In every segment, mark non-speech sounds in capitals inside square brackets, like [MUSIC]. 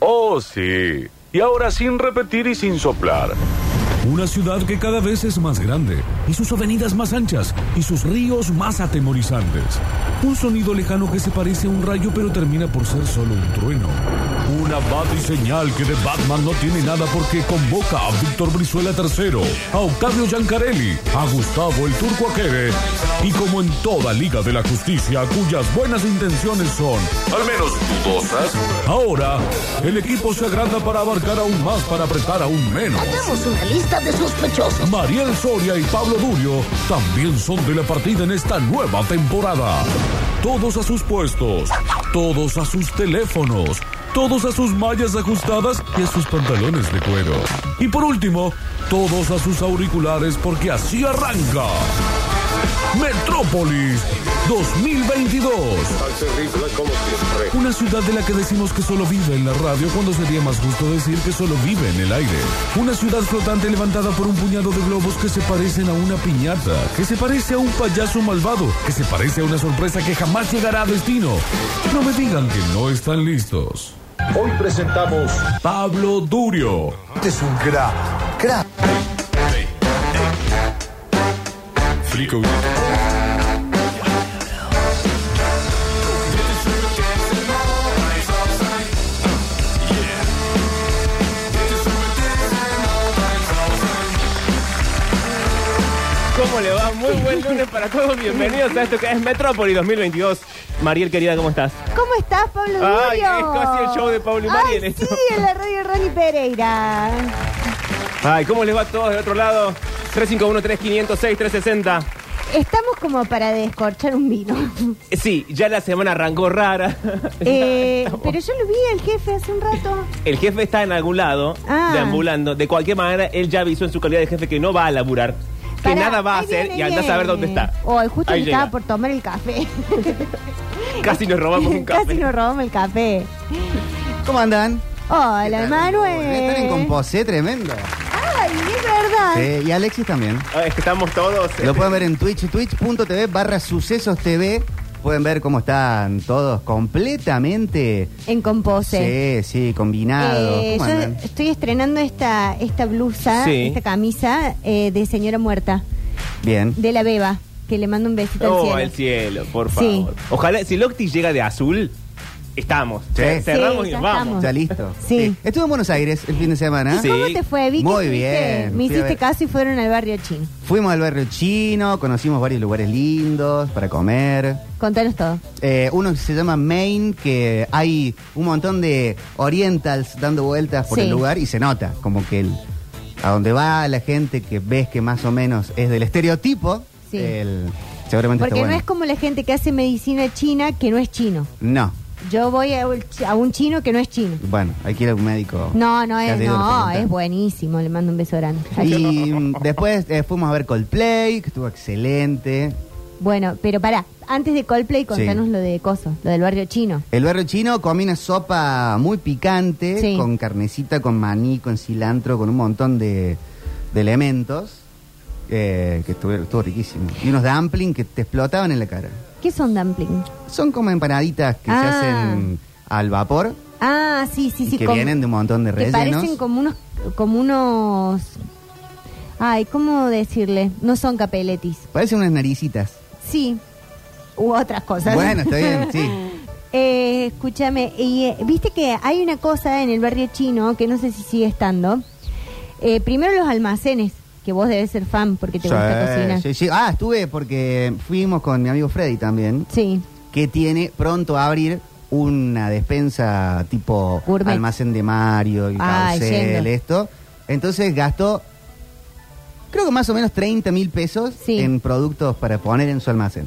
Oh, sí. Y ahora sin repetir y sin soplar. Una ciudad que cada vez es más grande, y sus avenidas más anchas, y sus ríos más atemorizantes. Un sonido lejano que se parece a un rayo pero termina por ser solo un trueno. Una batiseñal que de Batman no tiene nada porque convoca a Víctor Brizuela III, a Octavio Giancarelli, a Gustavo el Turco Aquere, y como en toda Liga de la Justicia cuyas buenas intenciones son, Al menos dudosas. ahora, el equipo se agranda para abarcar aún más para apretar aún menos. Hagamos una lista de sospechosos. Mariel Soria y Pablo Durio también son de la partida en esta nueva temporada. Todos a sus puestos, todos a sus teléfonos, todos a sus mallas ajustadas y a sus pantalones de cuero. Y por último, todos a sus auriculares porque así arranca. Metrópolis 2022. Una ciudad de la que decimos que solo vive en la radio cuando sería más justo decir que solo vive en el aire. Una ciudad flotante levantada por un puñado de globos que se parecen a una piñata, que se parece a un payaso malvado, que se parece a una sorpresa que jamás llegará a destino. No me digan que no están listos. Hoy presentamos Pablo Durio, Este es un crack. Crack. ¿Cómo le va? Muy buen lunes para todos. Bienvenidos a esto que es Metrópoli 2022. Mariel, querida, ¿cómo estás? ¿Cómo estás, Pablo Durio? Ay, es casi el show de Pablo y Mariel, ¿eh? Ay, esto. sí, en la radio Ronnie Pereira. Ay, ¿cómo les va a todos del otro lado? 351-3506-360. Estamos como para descorchar [LAUGHS] un vino. Eh, Sí, ya la semana arrancó [LAUGHS] rara. Eh, pero yo lo vi al jefe hace un rato. El jefe está en algún lado, Ah. deambulando. De cualquier manera, él ya avisó en su calidad de jefe que no va a laburar. Que Pará, nada va a ahí hacer viene, y andás a ver viene. dónde está. Hoy justo Ahí me estaba llega. por tomar el café. Casi nos robamos un café. [LAUGHS] Casi nos robamos el café. ¿Cómo andan? Hola, Manuel. Están en composé tremendo. Ay, es verdad. Sí, y Alexis también. Ah, es que estamos todos. Lo pueden ver en Twitch, twitch.tv barra sucesos TV. Pueden ver cómo están todos completamente. En compose. Sí, sí, combinados. Eh, ¿Cómo yo andan? estoy estrenando esta, esta blusa, Sí. esta camisa eh, de señora muerta, Bien. de la beba, que le mando un besito al Oh, cielo. el cielo, por Sí. favor. Ojalá, si Locti llega de azul, estamos. Sí. Cer- Cerramos Sí, y ya nos vamos. estamos. Ya listo. Sí. Estuve en Buenos Aires el fin de semana. Sí. ¿Cómo te fue, Vicky? Muy ¿Fuiste? bien. Me Fui a hiciste ver- caso y fueron al barrio chino. Fuimos al barrio chino, conocimos varios lugares lindos para comer. Contanos todo. Eh, uno que se llama Maine, que hay un montón de orientals dando vueltas por Sí. el lugar y se nota, como que el- a donde va la gente que ves que más o menos es del estereotipo, Sí. el- seguramente Porque está no bueno. es como la gente que hace medicina china que no es chino. No, Yo voy a un chi- a un chino que no es chino. bueno, hay que ir a un médico. No, no que es, haya ido a la no, facultad. es buenísimo. Le mando un beso grande. Y mm, después eh, fuimos a ver Coldplay, que estuvo excelente. Bueno, pero pará, antes de Coldplay, contanos Sí. lo de Coso, lo del barrio chino. El barrio chino comí una sopa muy picante, Sí. con carnecita, con maní, con cilantro, con un montón de, de elementos, eh, que estuvo, estuvo riquísimo. Y unos dumpling que te explotaban en la cara. ¿Qué son dumpling? Son como empanaditas que se Ah. hacen al vapor, Ah, sí, sí, y sí. que con- vienen de un montón de que rellenos. parecen como unos, como unos... Ay, ¿cómo decirle? No son capeletis. Parecen unas naricitas. Sí, u otras cosas. Bueno, está bien, sí. [LAUGHS] Eh, escúchame, y, eh, viste que hay una cosa en el barrio chino que no sé si sigue estando. Eh, primero los almacenes, que vos debes ser fan porque te Sí, gusta cocinar. sí, sí. Ah, estuve porque fuimos con mi amigo Freddy también, Sí. que tiene pronto a abrir una despensa tipo Gourmet. almacén de Mario, el Ay, carrusel, yendo. esto. Entonces gastó, creo que más o menos 30 mil pesos Sí. en productos para poner en su almacén.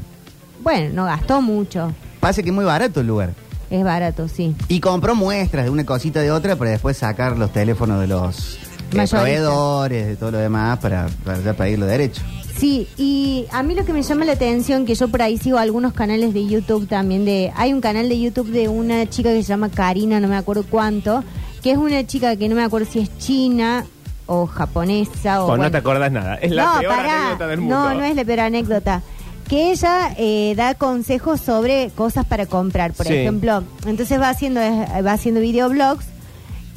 Bueno, no gastó mucho. Pasa que es muy barato el lugar. Es barato, sí. Y compró muestras de una cosita de otra para después sacar los teléfonos de los eh, Mayoristas. proveedores, de todo lo demás, para, para ya pedirlo derecho. Sí, y a mí lo que me llama la atención, que yo por ahí sigo algunos canales de YouTube también, de hay un canal de YouTube de una chica que se llama Karina, no me acuerdo cuánto, que es una chica que no me acuerdo si es china o japonesa o... Oh, no bueno. te acordás nada. Es la peor pará. anécdota del mundo. No, no es la peor anécdota. Que ella eh, da consejos sobre cosas para comprar, por Sí. ejemplo. Entonces va haciendo eh, va haciendo videoblogs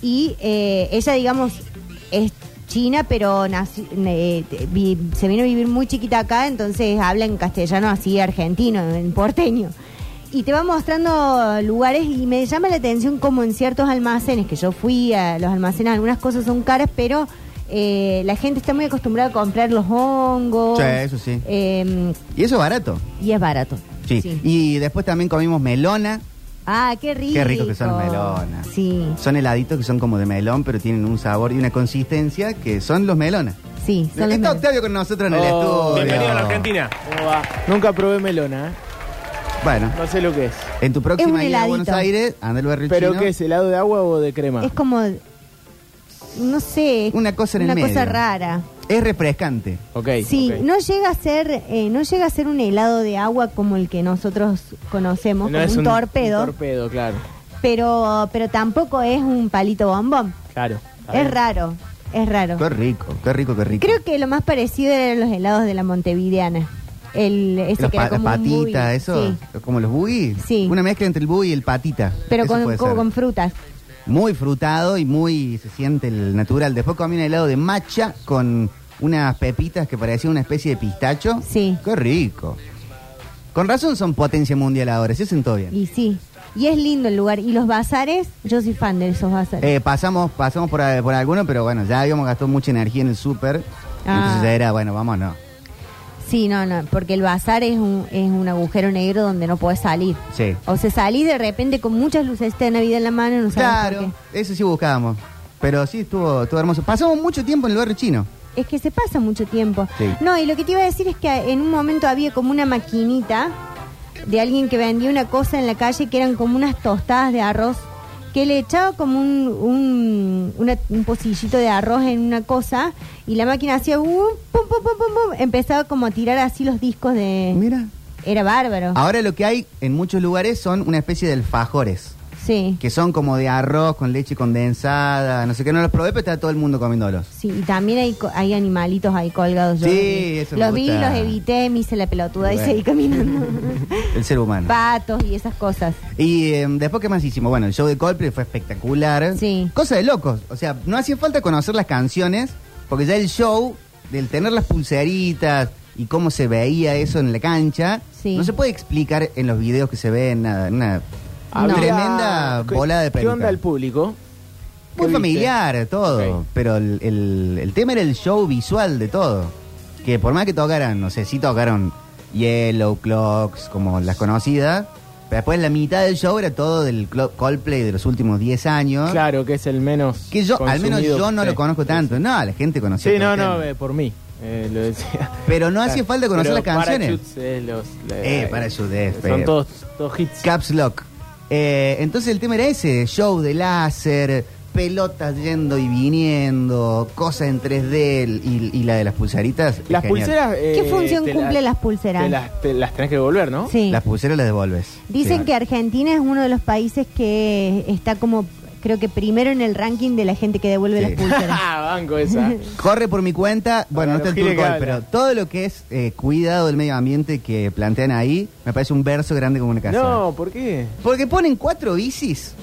y eh, ella, digamos, es china, pero nació- eh, vi- se vino a vivir muy chiquita acá, entonces habla en castellano así argentino, en porteño. Y te va mostrando lugares y me llama la atención como en ciertos almacenes, que yo fui a los almacenes, algunas cosas son caras, pero eh, la gente está muy acostumbrada a comprar los hongos. Sí, eso sí. eh, Y eso es barato. y es barato. Sí. Sí. Y después también comimos melona. Ah, qué rico. Qué rico que son los melonas. Sí, Son heladitos que son como de melón, pero tienen un sabor y una consistencia que son los melonas. sí. son Está los melonas. Octavio con nosotros en el Oh, estudio. Bienvenido a la Argentina. ¿Cómo va? Nunca probé melona, ¿eh? Bueno, no sé lo que es. en tu Es un próxima ida a heladito. Buenos Aires, anda al barrio ¿Pero chino. qué es? ¿Helado de agua o de crema? Es como, no sé. Una cosa en el una medio. cosa rara. Es refrescante. Ok. Sí, ok. no llega a ser, eh, no llega a ser un helado de agua como el que nosotros conocemos, como un, torpedo, un torpedo, claro. pero, pero tampoco es un palito bombón. Claro. está Es bien. raro, es raro. Qué rico, qué rico, qué rico. Creo que lo más parecido eran los helados de la Montevideana. El, ese Los que era pa- las como un boogie. patitas, eso, Sí, como los boogies. Sí. Una mezcla entre el boogie y el patita. pero Eso con, puede con, ser. con frutas. Muy frutado y muy se siente el natural. Después comí un helado de matcha con unas pepitas que parecía una especie de pistacho. Sí. Qué rico. Con razón son potencia mundial ahora, se hacen todo bien. Y sí, y es lindo el lugar. Y los bazares, yo soy fan de esos bazares. Eh, pasamos pasamos por, por alguno, pero bueno, ya habíamos gastado mucha energía en el súper. Ah. Entonces ya era, bueno, vamos, no. Sí, no, no, porque el bazar es un, es un agujero negro donde no podés salir. Sí. O se salís de repente con muchas luces de Navidad en la mano, no sabes por Claro, eso sí buscábamos. Pero sí, estuvo, estuvo hermoso. Pasamos mucho tiempo en el barrio chino. qué. Es que se pasa mucho tiempo. Sí. No, y lo que te iba a decir es que en un momento había como una maquinita de alguien que vendía una cosa en la calle que eran como unas tostadas de arroz que le echaba como un, un, una- un pocillito de arroz en una cosa y la máquina hacía un pum, pum, pum, pum, pum, empezaba como a tirar así los discos de... Mira. Ah. Era bárbaro. Ahora lo que hay en muchos lugares son una especie de alfajores, Sí. que son como de arroz con leche condensada, no sé qué, no los probé, pero está todo el mundo comiéndolos. Sí, y también hay, co- hay animalitos ahí colgados. Yo Sí, los vi. eso me Los vi, gusta. los evité, me hice la pelotuda y Bueno. seguí [LAUGHS] caminando. El ser humano. Patos y esas cosas. Y eh, después, ¿qué más hicimos? Bueno, el show de Coldplay fue espectacular. Sí. Cosa de locos. O sea, no hacía falta conocer las canciones, porque ya el show, del tener las pulseritas y cómo se veía eso en la cancha, Sí. no se puede explicar en los videos que se ven, nada, nada. Había- Tremenda Ah, ¿Qué- bola de ¿Qué peluca. onda el público? ¿Qué Muy viste? familiar, todo. Ok. Pero el, el- el tema era el show visual de todo. Que por más que tocaran, no sé, sí tocaron Yellow Clocks, como las conocidas. Pero después la mitad del show era todo del clo- Coldplay de los últimos 10 años. Claro, que es el menos. Que yo, al menos consumido. yo no Sí. lo conozco tanto. No, la gente conocía. Sí, todo no, el no, tema. eh, por mí. eh, lo decía. Pero no hacía falta conocer Pero las canciones. Parachutes, eh, los, Eh, Parachutes, eh, Son eh. todos, todos hits. Caps Lock. Eh, entonces el tema era ese, show de láser, pelotas yendo y viniendo, cosas en 3D y, y la de las pulseritas. es las genial. pulseras. ¿Qué eh, función te cumple las pulseras? Te las, te las tenés que devolver, ¿no? Sí. Las pulseras las devolves. Dicen Oh, Sí. que Argentina es uno de los países que está como, creo que primero en el ranking de la gente que devuelve Sí. [LAUGHS] las pulseras. [LAUGHS] Ah, [LAUGHS] banco esa. Corre por mi cuenta, bueno, no Para está el los turco, giles que pero hablan. todo lo que es eh, cuidado del medio ambiente que plantean ahí, me parece un verso grande como una canción. no, ¿por qué? Porque ponen cuatro bicis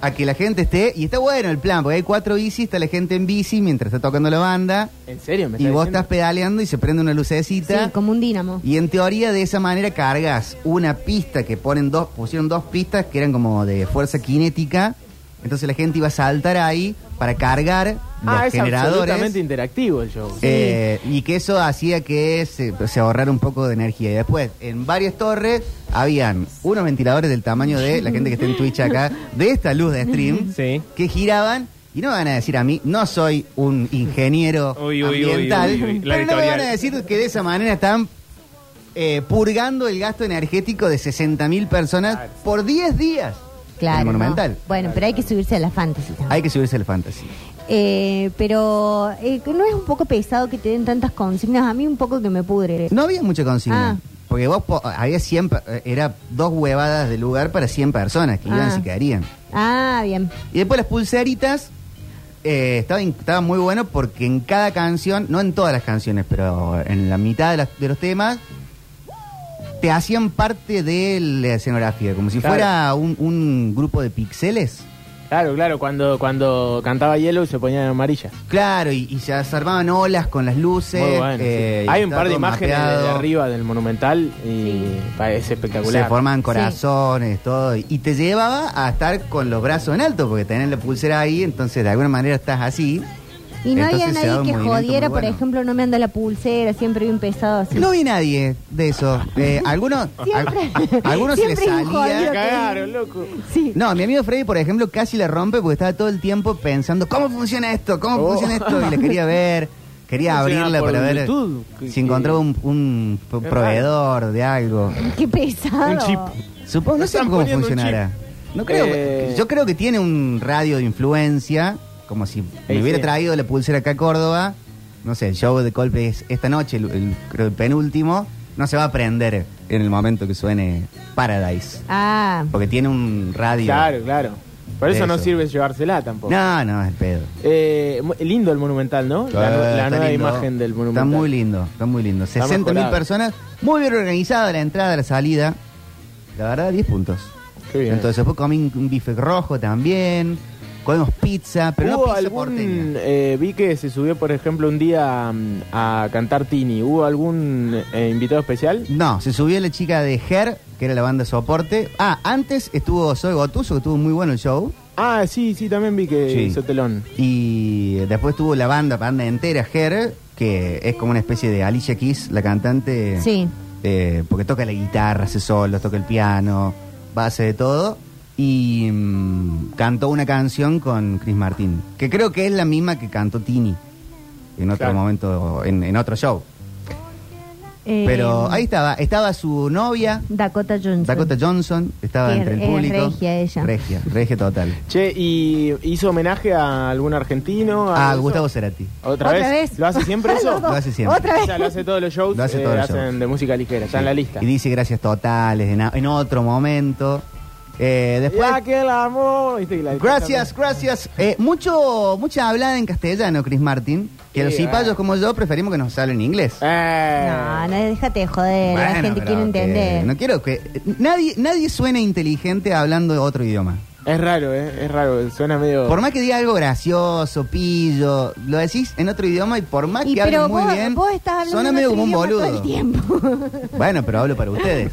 a que la gente esté, y está bueno el plan, porque hay cuatro bicis, está la gente en bici mientras está tocando la banda, ¿En serio? ¿Me y vos diciendo? estás pedaleando y se prende una Sí, lucecita. como un dínamo. Y en teoría de esa manera cargas una pista que ponen dos, pusieron dos pistas que eran como de fuerza cinética. Entonces la gente iba a saltar ahí para cargar los Ah, es generadores. absolutamente interactivo el show. Eh, y que eso hacía que se, se ahorrara un poco de energía. Y después, en varias torres, habían unos ventiladores del tamaño de la gente que está en Twitch acá, de esta luz de [LAUGHS] stream, Sí. que giraban. Y no me van a decir a mí, no soy un ingeniero [LAUGHS] Uy, uy, uy, ambiental, uy, uy, uy. La pero no me editorial. van a decir que de esa manera están eh, purgando el gasto energético de 60.000 personas por 10 días. Claro. El ¿no? monumental. Bueno, pero hay que subirse a la fantasy. también. Hay que subirse al fantasy. Eh, pero eh, ¿no es un poco pesado que te den tantas consignas? A mí un poco que me pudre. No había mucha consigna. Ah. Porque vos po- había 100, per- eh, era dos huevadas de lugar para 100 personas que iban Ah. y se quedarían. Ah, bien. Y después las pulseritas, eh, estaba, in- estaba muy bueno porque en cada canción, no en todas las canciones, pero en la mitad de, las- de los temas, te hacían parte de la escenografía, como si Claro. fuera un, un grupo de pixeles. Claro, claro, cuando, cuando cantaba Yellow se ponían amarillas. Claro, y, y se armaban olas con las luces. Muy bueno. eh, sí. y Hay un estaba par de todo imágenes de, mapeado. arriba del Monumental y pa- es espectacular. Se forman corazones, todo. Y te llevaba a estar con los brazos en alto, porque tenés la pulsera ahí, entonces de alguna manera estás así. Y no Entonces se había da nadie un que movimiento muy jodiera, por bueno. ejemplo, no me anda la pulsera, siempre bien pesado así. No vi nadie de eso. Eh, algunos [LAUGHS] Siempre- a- algunos se les siempre hay un salía. jodido. Cagaron, loco. Sí. No, mi amigo Freddy, por ejemplo, casi la rompe porque estaba todo el tiempo pensando, ¿cómo funciona esto? ¿Cómo Oh. funciona esto? Y la quería ver, quería Funciona abrirla por para ver Bluetooth, que- si encontraba un, un p- raro. proveedor de algo. Qué pesado. Un chip. Supongo, no sé Están cómo poniendo un funcionará. No creo, Eh. Yo creo que tiene un radio de influencia, como si Ey, me hubiera sí. traído la pulsera acá a Córdoba. No sé, el show de Coldplay es esta noche, el, el- creo el penúltimo. No se va a prender en el momento que suene Paradise, Ah, porque tiene un radio. Claro, claro. Por eso, Eso. no sirve llevársela tampoco. No, no, es el pedo. Eh, mu- lindo el Monumental, ¿no? La, nu- Eh, la está nueva lindo. imagen del Monumental. Está muy lindo, está muy lindo. 60 mil mejorado. personas, muy bien organizada la entrada, la salida. La verdad, 10 puntos. Qué bien. Entonces, después comí un, un bife rojo también. Comimos pizza, pero no ¿Hubo pizza algún, porteña. eh, vi que se subió, por ejemplo, un día mm, a cantar Tini. ¿Hubo algún eh, invitado especial? No, se subió la chica de Her, que era la banda soporte. Ah, antes estuvo Soy Gotuso, que estuvo muy bueno el show. Ah, sí, sí, también vi que Sí. hizo telón. Y eh, después tuvo la banda, banda entera, Her, que es como una especie de Alicia Keys, la cantante. Sí. Eh, porque toca la guitarra, hace solos, toca el piano, base de todo. Y mm, cantó una canción con Chris Martin, que creo que es la misma que cantó Tini en otro Claro. momento, en, en otro show. eh, Pero ahí estaba, estaba su novia, Dakota Johnson. Dakota Johnson, estaba Que entre el es público. regia ella. Regia, regia [LAUGHS] total. Che, ¿y hizo homenaje a algún argentino? A algo Ah, Gustavo eso? Cerati. ¿Otra, vez? ¿Lo hace [LAUGHS] siempre eso? Loco, Lo hace siempre. Otra O vez. sea, lo hace todos los shows, Lo hace eh, todos los hacen shows. de música ligera, está en la lista. Y dice gracias totales en, a- en otro momento. Eh, después. Ya que el amor, viste, y la- Gracias, gracias. Eh, mucho, mucha hablada en castellano, Chris Martin. Que Sí, los cipayos ah. bueno. como yo preferimos que nos hablen inglés. Eh, No, no, déjate de joder. Eh, la Bueno, gente pero quiere que- entender. no quiero que. Nadie, nadie suena inteligente hablando otro idioma. Es raro, ¿eh? Es raro, suena medio... Por más que diga algo gracioso, pillo, lo decís en otro idioma y por más Y que hable pero muy vos, bien, vos estás hablando suena en medio otro como un idioma todo boludo. el tiempo. [LAUGHS] Bueno, pero hablo para ustedes.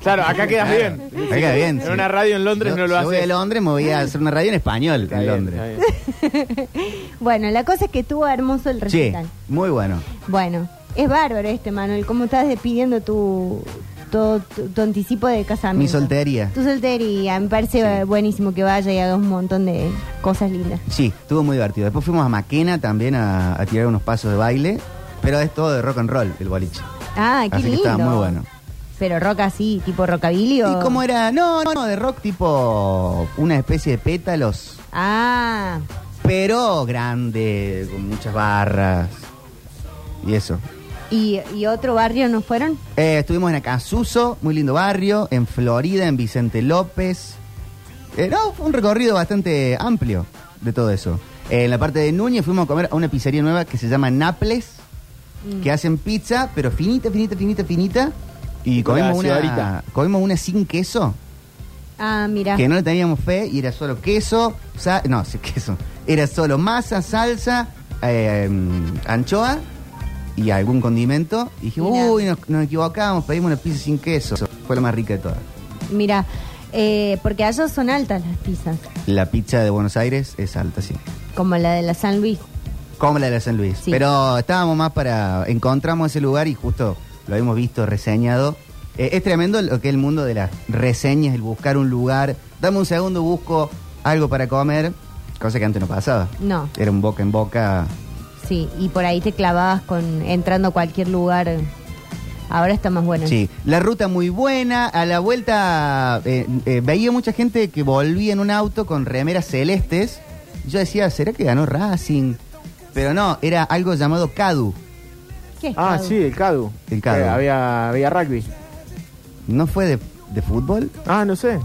Claro, acá quedas Claro, bien. me queda bien. En sí. una radio en Londres Yo- no lo yo voy a haces. Londres, me voy [LAUGHS] a hacer una radio en español Está en bien, Londres. está bien. bueno, la cosa es que estuvo hermoso el Sí, recital. muy bueno. Bueno, es bárbaro este, Manuel. ¿Cómo estás despidiendo tu, tu, tu- tu anticipo de casamiento? Mi soltería. Tu soltería. Me parece eh, buenísimo que vaya y haga un montón de cosas lindas. Sí, estuvo muy divertido. Después fuimos a Maquena también a, a tirar unos pasos de baile, pero es todo de rock and roll el boliche. Ah, qué Así que lindo. estaba muy bueno. Pero rock así, tipo rockabilly o... ¿Y cómo era? No, no, no, de rock tipo una especie de pétalos, Ah, pero grande, con muchas barras y eso. ¿y, y otro barrio no fueron? Eh, estuvimos en Acasuso, muy lindo barrio, en Florida, en Vicente López. Eh, no, fue un recorrido bastante amplio de todo eso. Eh, en la parte de Núñez fuimos a comer a una pizzería nueva que se llama Naples, que hacen pizza, pero finita, finita, finita, finita. Y Con la comimos una, ciudadita. comimos una sin queso, Ah, mira. que no le teníamos fe, y era solo queso, sa- no, sí, [LAUGHS] queso. Era solo masa, salsa, eh, mm, anchoa y algún condimento. Y dijimos, Mirá. uy, nos, nos equivocamos, pedimos una pizza sin queso. Fue la más rica de todas. Mira, eh, porque allá son altas las pizzas, La pizza de Buenos Aires es alta, sí. como la de la San Luis. Como la de San Luis. Sí. Pero estábamos más para. Encontramos ese lugar y justo lo habíamos visto reseñado. Eh, es tremendo lo que es el mundo de las reseñas, el buscar un lugar. Dame un segundo, busco algo para comer. Cosa que antes no pasaba. No. Era un boca en boca. Sí, y por ahí te clavabas con entrando a cualquier lugar. Ahora está más bueno. Sí. La ruta muy buena. A la vuelta eh, eh, veía mucha gente que volvía en un auto con remeras celestes. Yo decía, ¿será que ganó Racing? Pero no, era algo llamado Cadu. ¿Qué es Ah, Cadu? sí, el Cadu. El Cadu. Eh, había, había rugby. ¿No fue de, de fútbol? Ah, no sé.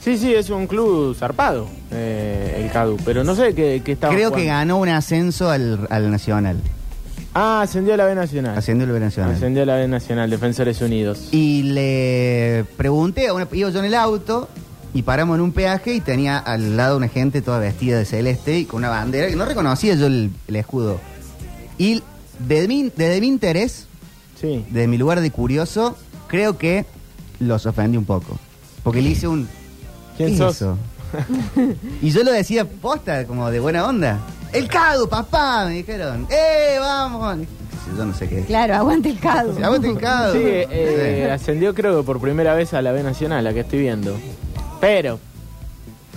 Sí, sí, es un club zarpado, eh, el Cadu. Pero no sé qué, qué estaba Creo que jugando. ganó un ascenso al, al Nacional, Ah, ascendió a la B Nacional. haciendo el Nacional. Ascendió a la B Nacional, Defensores Unidos. Y le pregunté, a una- iba yo en el auto y paramos en un peaje y tenía al lado una gente toda vestida de celeste y con una bandera que no reconocía yo el, el escudo. Y desde mi, desde mi interés, Sí. desde mi lugar de curioso, creo que los ofendí un poco. Porque le hice un... ¿Quién ¿qué es [LAUGHS] sos? eso? y yo lo decía posta, como de buena onda. ¡El cado, papá! Me dijeron. ¡Eh, vamos! Yo no sé qué. Claro, aguante el cado. Se aguanta el cado. Sí, eh, ascendió creo que por primera vez a la B Nacional, la que estoy viendo. Pero.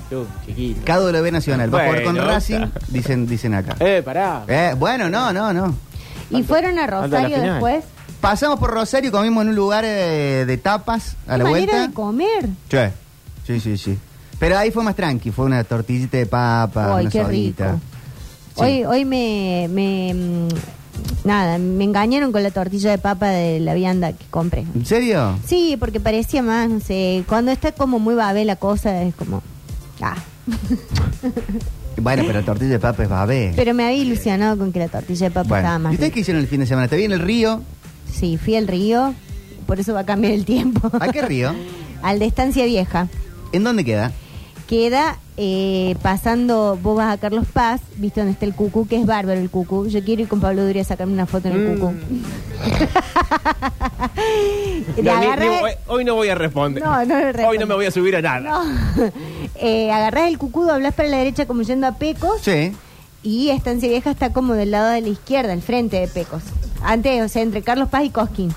Tú, chiquito. Cado de la B Nacional. Va a jugar con Bueno, Racing, está. dicen, dicen acá. Eh, pará. Eh, bueno, no, no, no. Y fueron a falta la Rosario final. después. Pasamos por Rosario, comimos en un lugar eh, de tapas a ¿Qué la manera vuelta. de comer? Sí. sí, sí, sí. Pero ahí fue más tranqui, fue una tortillita de papa, Ay, una qué sodita. rico. Hoy, hoy me, me, mm, Nada, me engañaron con la tortilla de papa de la vianda que compré. ¿En serio? Sí, porque parecía más, no sé, cuando está como muy babé la cosa, es como... Ah. Bueno, pero tortilla de papa es babé. Pero me había ilusionado con que la tortilla de papa estaba Bueno. más... ¿Y ustedes qué hicieron el fin de semana? ¿Está bien el río? rica. Sí, fui al río, por eso va a cambiar el tiempo. ¿A qué río? [LAUGHS] al de Estancia Vieja. ¿En dónde queda? Queda eh, pasando, vos vas a Carlos Paz, viste donde está el cucú, que es bárbaro el cucú. Yo quiero ir con Pablo Durio a sacarme una foto en el cucú. [LAUGHS] Le No, ni- agarrás- ni- hoy- hoy no voy a responder. No, no le Hoy respondo. no me voy a subir a nada. No. [LAUGHS] Eh, agarrás el cucú, hablas para la derecha como yendo a Pecos. Sí. Y Estancia Vieja está como del lado de la izquierda, al frente de Pecos. Antes, o sea, entre Carlos Paz y Cosquín.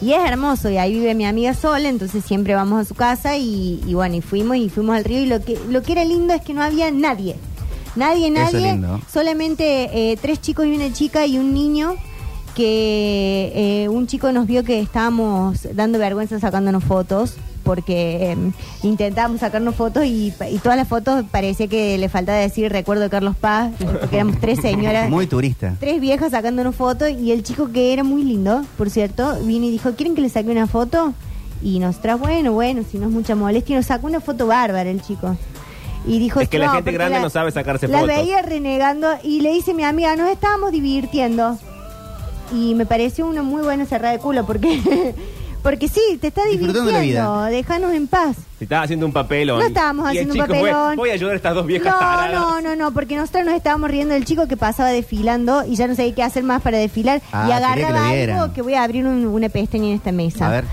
Y es hermoso, y ahí vive mi amiga Sol, entonces siempre vamos a su casa y, y bueno, y fuimos y fuimos al río y lo que, lo que era lindo es que no había nadie. Nadie, Eso es nadie. lindo. Solamente eh, tres chicos y una chica y un niño que eh, un chico nos vio que estábamos dando vergüenza sacándonos fotos porque eh, intentábamos sacarnos fotos y, pa- y todas las fotos parecía que le faltaba decir recuerdo de Carlos Paz, porque éramos tres [LAUGHS] señoras Muy turista. tres viejas sacándonos fotos y el chico que era muy lindo, por cierto, vino y dijo, ¿quieren que le saque una foto? Y nosotras, bueno, bueno, si no es mucha molestia, y nos sacó una foto bárbara el chico. Y dijo, Es que la gente porque grande no sabe sacarse la fotos". veía renegando y le dice mi amiga, nos estábamos divirtiendo. Y me pareció una muy buena cerrada de culo porque... [LAUGHS] Porque sí, te está Disfrutando la divirtiendo, vida. déjanos en paz. Si estabas haciendo un papelón. No estábamos Y el haciendo un chico fue, papelón. Voy a ayudar a estas [LAUGHS] dos viejas no, taradas. No, no, no, porque nosotros nos estábamos riendo del chico que pasaba desfilando y ya no sabía qué hacer más para desfilar. Ah, y quería que lo agarraba vieran. algo que voy a abrir un- una pestaña en esta mesa. A ver.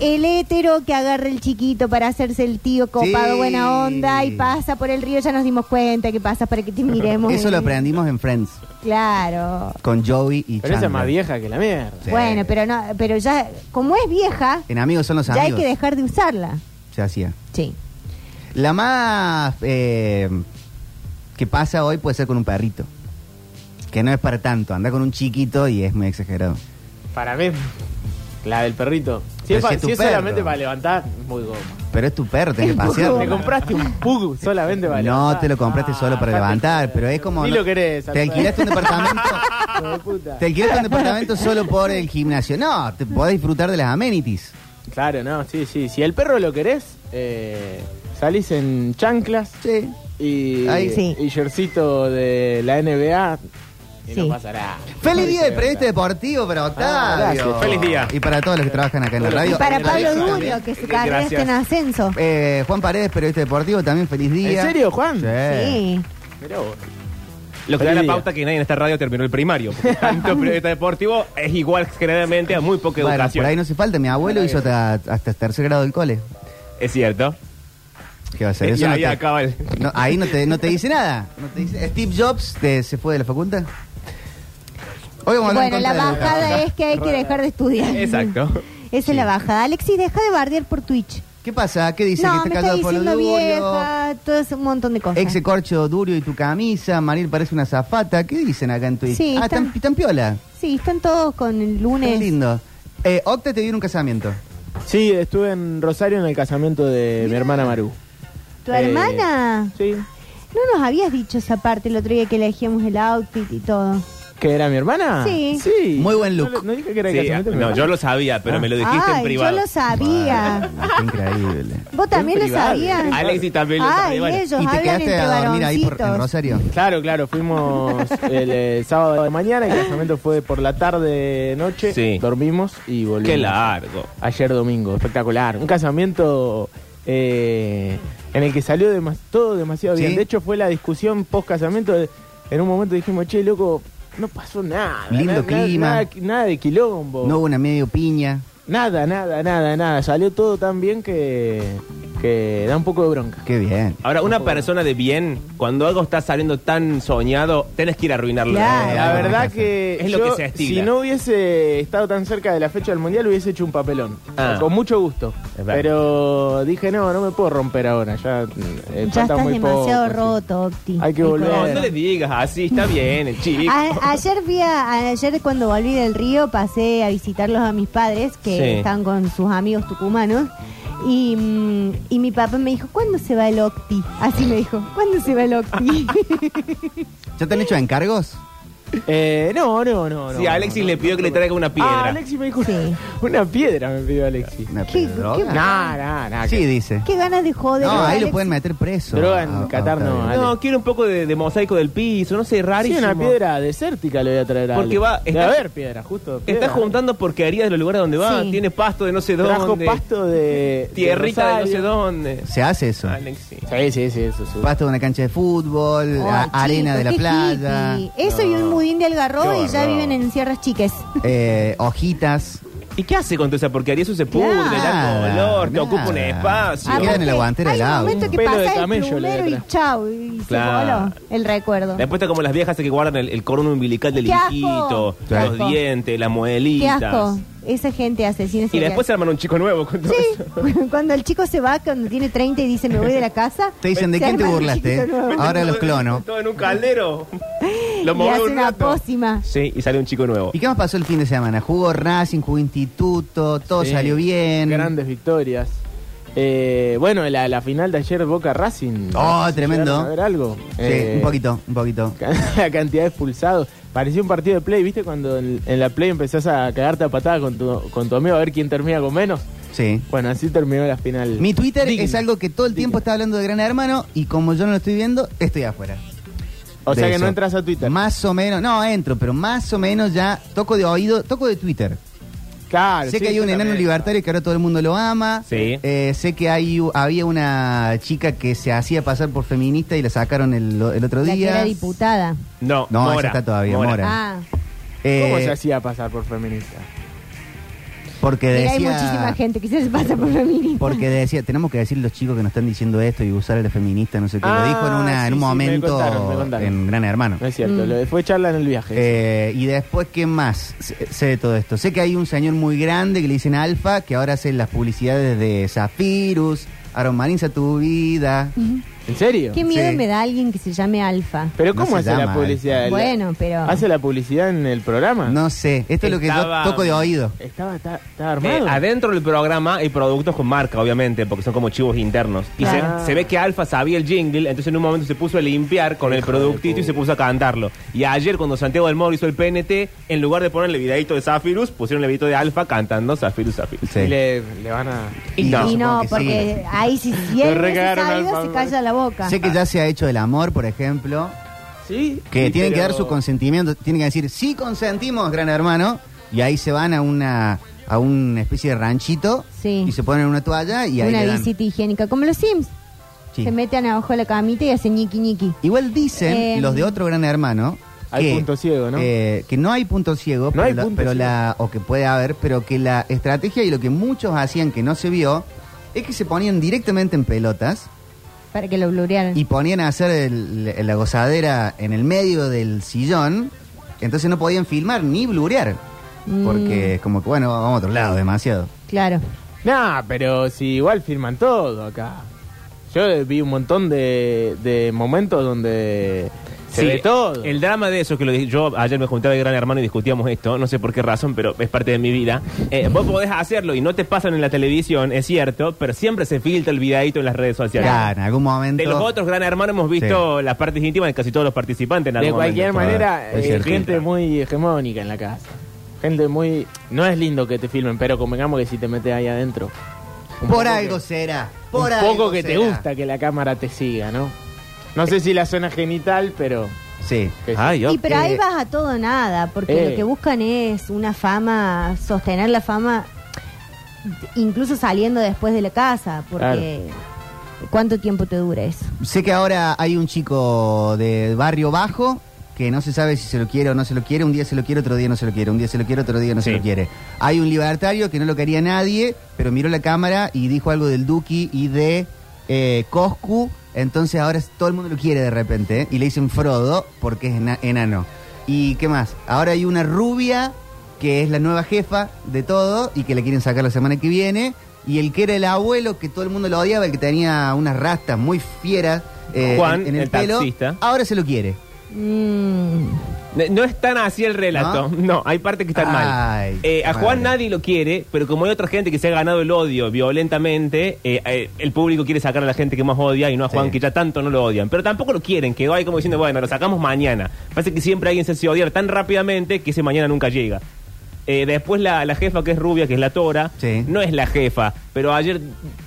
El hétero que agarra el chiquito para hacerse el tío copado, Sí. buena onda, y pasa por el río, ya nos dimos cuenta que pasa para que te miremos. Eso lo Eh, aprendimos en Friends, Claro. con Joey y Pero esa Chandler. es más vieja que la mierda. Sí. Bueno, pero no, pero ya, como es vieja, En Amigos son los ya hay amigos. que dejar de usarla. Se hacía. Sí. La más eh, que pasa hoy puede ser con un perrito. Que no es para tanto. Anda con un chiquito y es muy exagerado. Para mí, la del perrito. Si Pero es, pa- si es tu si es perro. solamente para levantar, muy goma. Pero es tu perro, [LAUGHS] tenés que Te pasearlo. compraste un pug solamente para levantar. No te lo compraste Ah, solo para dejate levantar, joder. pero es como. Ni no- lo querés. Te alquilaste un departamento. [LAUGHS] hijo de puta. Te alquilaste un departamento solo por el gimnasio. No, te podés disfrutar de las amenities. Claro, no, sí, sí. Si el perro lo querés, eh, salís en chanclas Sí. y, Ahí. Sí. y jerseycito de la NBA y no Sí. pasará. Feliz día de Sí, periodista deportivo para Ah, gracias. Octavio. Feliz día. Y para todos los que trabajan acá en la radio. Y para En la Pablo radio Durio, también. que su carrera está en ascenso. Eh, Juan Paredes, periodista deportivo, también feliz día. ¿En serio, Juan? Sí. Sí. Mirá vos. Lo que da la Feliz día. pauta que nadie en esta radio terminó el primario. [LAUGHS] porque Tanto periodista deportivo es igual generalmente a muy poca Bueno, educación. por ahí no se falta. Mi abuelo hizo hasta, hasta tercer grado del cole. Es cierto. ¿Qué va a ser? Eh, Y Eso no ahí te- acaba [LAUGHS] el- no, ahí no te, no te dice nada. No te dice- Steve Jobs te- se fue de la facultad. Hoy vamos a hablar Bueno, en la contra de Boca. bajada es que hay que dejar de estudiar. Exacto. Esa es la bajada. Alexis, deja de bardear por Twitch. ¿Qué pasa? ¿Qué dice? no, que me está está cagado por diciendo lo duro. vieja, todo ese un montón de cosas. Exe corcho duro y tu camisa. Mariel parece una zafata. ¿Qué dicen acá en Twitch? Sí, ah, están- están, están piola. sí, están todos con el Qué lunes. lindo. Eh, Octa te dio un casamiento. Sí, estuve en Rosario en el casamiento de mi hermana Maru. ¿Tu Eh, hermana? Sí. No nos habías dicho esa parte el otro día que elegíamos el outfit y todo. ¿Que era mi hermana? Sí. Sí. Muy buen No look. le- No, dije que era el Sí, casamiento. de mi no, hermana. yo lo sabía, pero me lo dijiste Ay, en privado. yo lo sabía. Ah, qué increíble. ¿Vos también lo privado. sabías? Alexis también lo Ay, sabía. Bueno, ellos ¿Y te hablan quedaste entre a dormir ahí por, en varoncitos. Rosario? Claro, claro, fuimos el eh, sábado de mañana, el casamiento fue por la tarde, noche, Sí. dormimos y volvimos. Qué largo. Ayer domingo, espectacular. Un casamiento eh, en el que salió demas- todo demasiado Sí. bien. De hecho, fue la discusión post casamiento. En un momento dijimos, che, loco, no pasó nada. Lindo na- na- clima. Nada, nada de quilombo. No hubo una medio piña. Nada, nada, nada, nada. Salió todo tan bien que, que da un poco de bronca. Qué bien. Ahora, una persona de bien, cuando algo está saliendo tan soñado, tenés que ir a arruinarlo. Claro. La Bueno, verdad casa. que, Es lo yo, que se estila. si no hubiese estado tan cerca de la fecha del mundial hubiese hecho un papelón. Ah. Con mucho gusto. Es verdad. Pero dije, no, no me puedo romper ahora. Ya, eh, ya falta estás muy poco, demasiado sí. roto, Octi. Hay que Nicolás. No, volver. no le digas así, está bien, el chico. Ah, [LAUGHS] A- ayer fui a- ayer cuando volví del río pasé a visitarlos a mis padres que Sí. están con sus amigos tucumanos y, mm, y mi papá me dijo ¿cuándo se va el Octi? Así me dijo ¿cuándo se va [LAUGHS] el Octi? [LAUGHS] ¿Ya te han hecho encargos? Eh, no, no, no. Si no, Alexis no, le no, pidió que no, le no. traiga una piedra. Ah, Alexis me dijo una- Sí. una piedra, me pidió Alexis. ¿Una ¿Qué- droga? qué- Nah, nah, nah. Sí, que- dice. qué ganas de joder No, a ahí lo Alex. pueden meter preso. Droga en A- a Qatar no, Octavio. Ale. No, quiero un poco de, de mosaico del piso, no sé, Sí, rarísimo. una piedra desértica le voy a traer a Porque Alex. va- Debe está- haber piedra, justo. Está piedra. juntando porquerías de los lugares donde va, Sí. tiene pasto de no sé dónde. Trajo pasto de. Tierrita de, no sé Rosario. dónde. Se hace eso. Alexis. Sí, sí, sí, eso, sí. Pasto de una cancha de fútbol, Ay, eh, a- chicos, arena de la Oh, qué playa, hippie. Eso y un budín de algarrobo y ya viven en sierras chiques. eh, hojitas. ¿Y qué hace con toda esa porquería? Eso se pudre, Nada, da color, te nada. ocupa un espacio. Ah, Quedan en la Aparte, guantera hay del un agua. momento que Un pelo de pasa el camello le plumero y trae. chau, y se Claro. voló el recuerdo. Después está como las viejas que guardan el, el cordón umbilical del ¡Qué asco! hijito, ¡Qué los asco! dientes, las Qué muelitas. asco. Esa gente asesina Y serial. después se arman un chico nuevo con todo eso. Sí, [LAUGHS] cuando el chico se va, cuando tiene 30 y dice me voy de la casa. Te dicen, ¿de se quién te arma el burlaste? Ah. chiquito nuevo. Ahora los Todo en- clono. Todo en un [LAUGHS] caldero. Lo Y movió hace un una rato. pócima. Sí, y sale un chico nuevo. ¿Y qué más pasó el fin de semana? Jugó Racing, jugó Instituto, todo Sí, salió bien. Grandes victorias. Eh, bueno, la, la final de ayer Boca Racing. Oh, tremendo. ¿Llegaron A ver algo. Sí, Eh, un [LAUGHS] poquito, un poquito. La cantidad de expulsados. Parecía un partido de play, ¿viste? Cuando en, en la play empezás a cagarte a patada con tu, con tu amigo a ver quién termina con menos. Sí. Bueno, así terminó la final. Mi Twitter Digna. es algo que todo el tiempo está hablando de Gran Hermano y como yo no lo estoy viendo, estoy afuera. O de sea que eso. no entras a Twitter. Más o menos, no, entro, pero más o menos ya toco de oído, toco de Twitter. Claro. sé sí, que hay yo un enano también. libertario que ahora todo el mundo lo ama. Sí. Eh, sé que hay, había una chica que se hacía pasar por feminista y la sacaron el, el otro La que día. era diputada. No, No, Mora, esa está todavía, Mora. Ah, Eh, ¿Cómo se hacía pasar por feminista? Porque mira, hay decía, muchísima gente que se pasa por feminista. Porque decía, tenemos que decir los chicos que nos están diciendo esto y usar a la feminista, no sé qué. lo Ah, dijo en, una, en sí, un sí, me momento contaron, me contaron. en Gran Hermano. No es Mm. cierto. lo- fue charla en el viaje. Eh, y después, ¿qué más sé sé de todo esto? Sé que hay un señor muy grande que le dicen Alfa, que ahora hace las publicidades de Zafirus, Aromaniza tu vida. ¿En serio? Qué miedo Sí. me da alguien que se llame Alfa. ¿Pero No cómo se hace llama, la publicidad? eh. La- Bueno, pero- ¿Hace la publicidad en el programa? No sé, esto es lo que yo Estaba- toco de oído. Estaba, ta- estaba Eh, armado. adentro del programa hay productos con marca, obviamente, porque son como chivos internos. Y se- Claro. se, ve que Alfa sabía el jingle, entonces en un momento se puso a limpiar con el productito y se puso a cantarlo. Y ayer, cuando Santiago del Moro hizo el PNT, en lugar de ponerle videito de Zafirus, pusieron el videito de Alfa cantando Zafirus, Zafirus. Sí. Y le, le van a. Y no, y supongo no, que porque ahí si Lo cien veces recagaron al salga, se Pablo. calla la boca. Sé que ya se ha hecho el amor, por ejemplo, Sí. que sí, tienen que pero- dar su consentimiento, tienen que decir, sí consentimos, gran hermano, y ahí se van a una a una especie de ranchito Sí. y se ponen una toalla y ahí Una le dan. visita higiénica, como los Sims. Sí. Se meten abajo de la camita y hacen ñiqui ñiqui. Igual dicen Eh, los de otro gran hermano. Hay que, punto ciego, ¿no? eh, que no hay punto ciego, pero, hay la- punto pero ciego. la o que puede haber, pero que la estrategia y lo que muchos hacían que no se vio es que se ponían directamente en pelotas Para que lo blurearan. y ponían a hacer el- la gozadera en el medio del sillón, entonces no podían filmar ni blurear, porque como que bueno, vamos a otro lado demasiado. Claro. Nah, pero si igual firman todo acá. Yo vi un montón de, de momentos donde se Sí, ve todo. El drama de eso, que lo dije, yo ayer me juntaba el gran hermano y discutíamos esto, no sé por qué razón, pero es parte de mi vida. Eh, vos podés hacerlo y no te pasan en la televisión, es cierto, pero siempre se filtra el videito en las redes sociales. Claro, en algún momento De los otros Gran Hermano hemos visto las partes íntimas de casi todos los participantes. En de algún cualquier momento. manera, Es eh, cierto. gente muy hegemónica en la casa. Gente muy. No es lindo que te filmen, pero convengamos que si te metes ahí adentro. un poco por que- algo será, por un algo poco que te será. gusta que la cámara te siga, ¿no? No sé si la zona genital, pero. Sí. que- Ay, Y pero ahí eh, vas a todo o nada, porque eh. lo que buscan es una fama, sostener la fama incluso saliendo después de la casa, porque ¿cuánto tiempo te dura eso? Sé que ahora hay un chico de barrio bajo que no se sabe si se lo quiere o no se lo quiere. Un día se lo quiere, otro día no se lo quiere. Un día se lo quiere, otro día no se Sí. lo quiere. Hay un libertario que no lo quería nadie, pero miró la cámara y dijo algo del Duki y de eh, Coscu. Entonces ahora s- todo el mundo lo quiere de repente. ¿eh? Y le dicen Frodo porque es ena- enano. ¿Y qué más? Ahora hay una rubia que es la nueva jefa de todo y que la quieren sacar la semana que viene. Y el que era el abuelo, que todo el mundo lo odiaba, el que tenía unas rastas muy fieras eh, Juan, en, en el, el pelo, taxista. ahora se lo quiere. Mm, Ne- No es tan así el relato. ¿No? No, hay partes que están Ay, mal. Eh, a madre. Juan nadie lo quiere, pero como hay otra gente que se ha ganado el odio violentamente, eh, eh, el público quiere sacar a la gente que más odia y no a Juan Sí. que ya tanto no lo odian. Pero tampoco lo quieren, quedó ahí como diciendo, bueno, lo sacamos mañana. Parece que siempre alguien se hace odiar tan rápidamente que ese mañana nunca llega. Eh, después la, la jefa que es rubia, que es la Tora, Sí. no es la jefa, pero ayer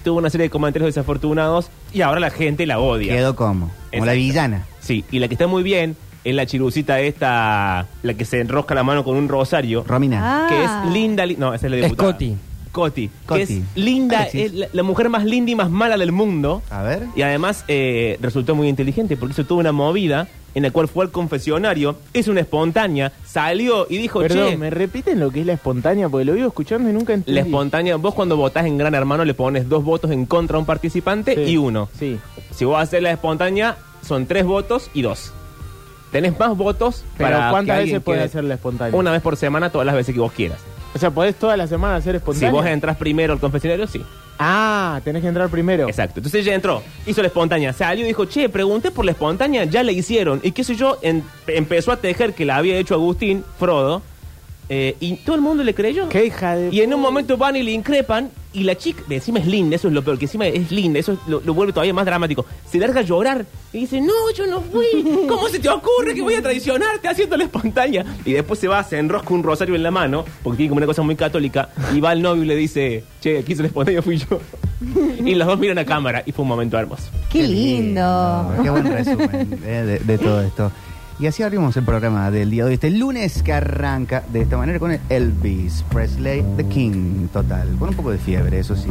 tuvo una serie de comentarios desafortunados y ahora la gente la odia. Quedó como, como la Exacto. villana. Sí, y la que está muy bien es la chirucita esta, la que se enrosca la mano con un rosario, Romina. Ah. que es linda, Li- no, esa es la diputada. Coti. Coti, Coti. que es linda, Alexis. es la, la mujer más linda y más mala del mundo. A ver. Y además eh, resultó muy inteligente porque hizo toda una movida en la cual fue al confesionario, hizo una espontánea, salió y dijo, Perdón, che, ¿me repiten lo que es la espontánea? Porque lo vivo escuchando y nunca entendí. la espontánea, vos cuando votás en Gran Hermano le pones dos votos en contra a un participante Sí, y uno. Sí. Si vos haces la espontánea, son tres votos y dos. Tenés más votos Pero para que ¿cuántas alguien veces puede quede- hacer la espontánea? Una vez por semana, todas las veces que vos quieras. O sea, podés toda la semana hacer Si espontánea. vos entras primero al confesionario, sí. Ah, tenés que entrar primero. Exacto. Entonces ella entró, hizo la espontánea, salió y dijo, che, pregunté por la espontánea, ya la hicieron. Y qué sé yo, en- empezó a tejer que la había hecho Agustín, Frodo, eh, y todo el mundo le creyó. Qué hija de Y en un momento van y le increpan y la chica, de encima es linda, eso es lo peor, que encima es linda, eso es lo, lo vuelve todavía más dramático. Se larga a llorar y dice, no, yo no fui, ¿cómo se te ocurre que voy a traicionarte haciendo la espontánea? Y después se va, se enrosca un rosario en la mano, porque tiene como una cosa muy católica, y va al novio y le dice, che, aquí hizo la espontánea fui yo. [LAUGHS] Y los dos miran a cámara y fue un momento hermoso. qué, lindo. Qué buen resumen eh, de, de todo esto. Y así abrimos el programa del día de hoy, este lunes que arranca de esta manera con el Elvis Presley, The King, total. Con un poco de fiebre, eso sí.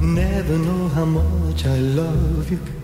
Never know how much I love you.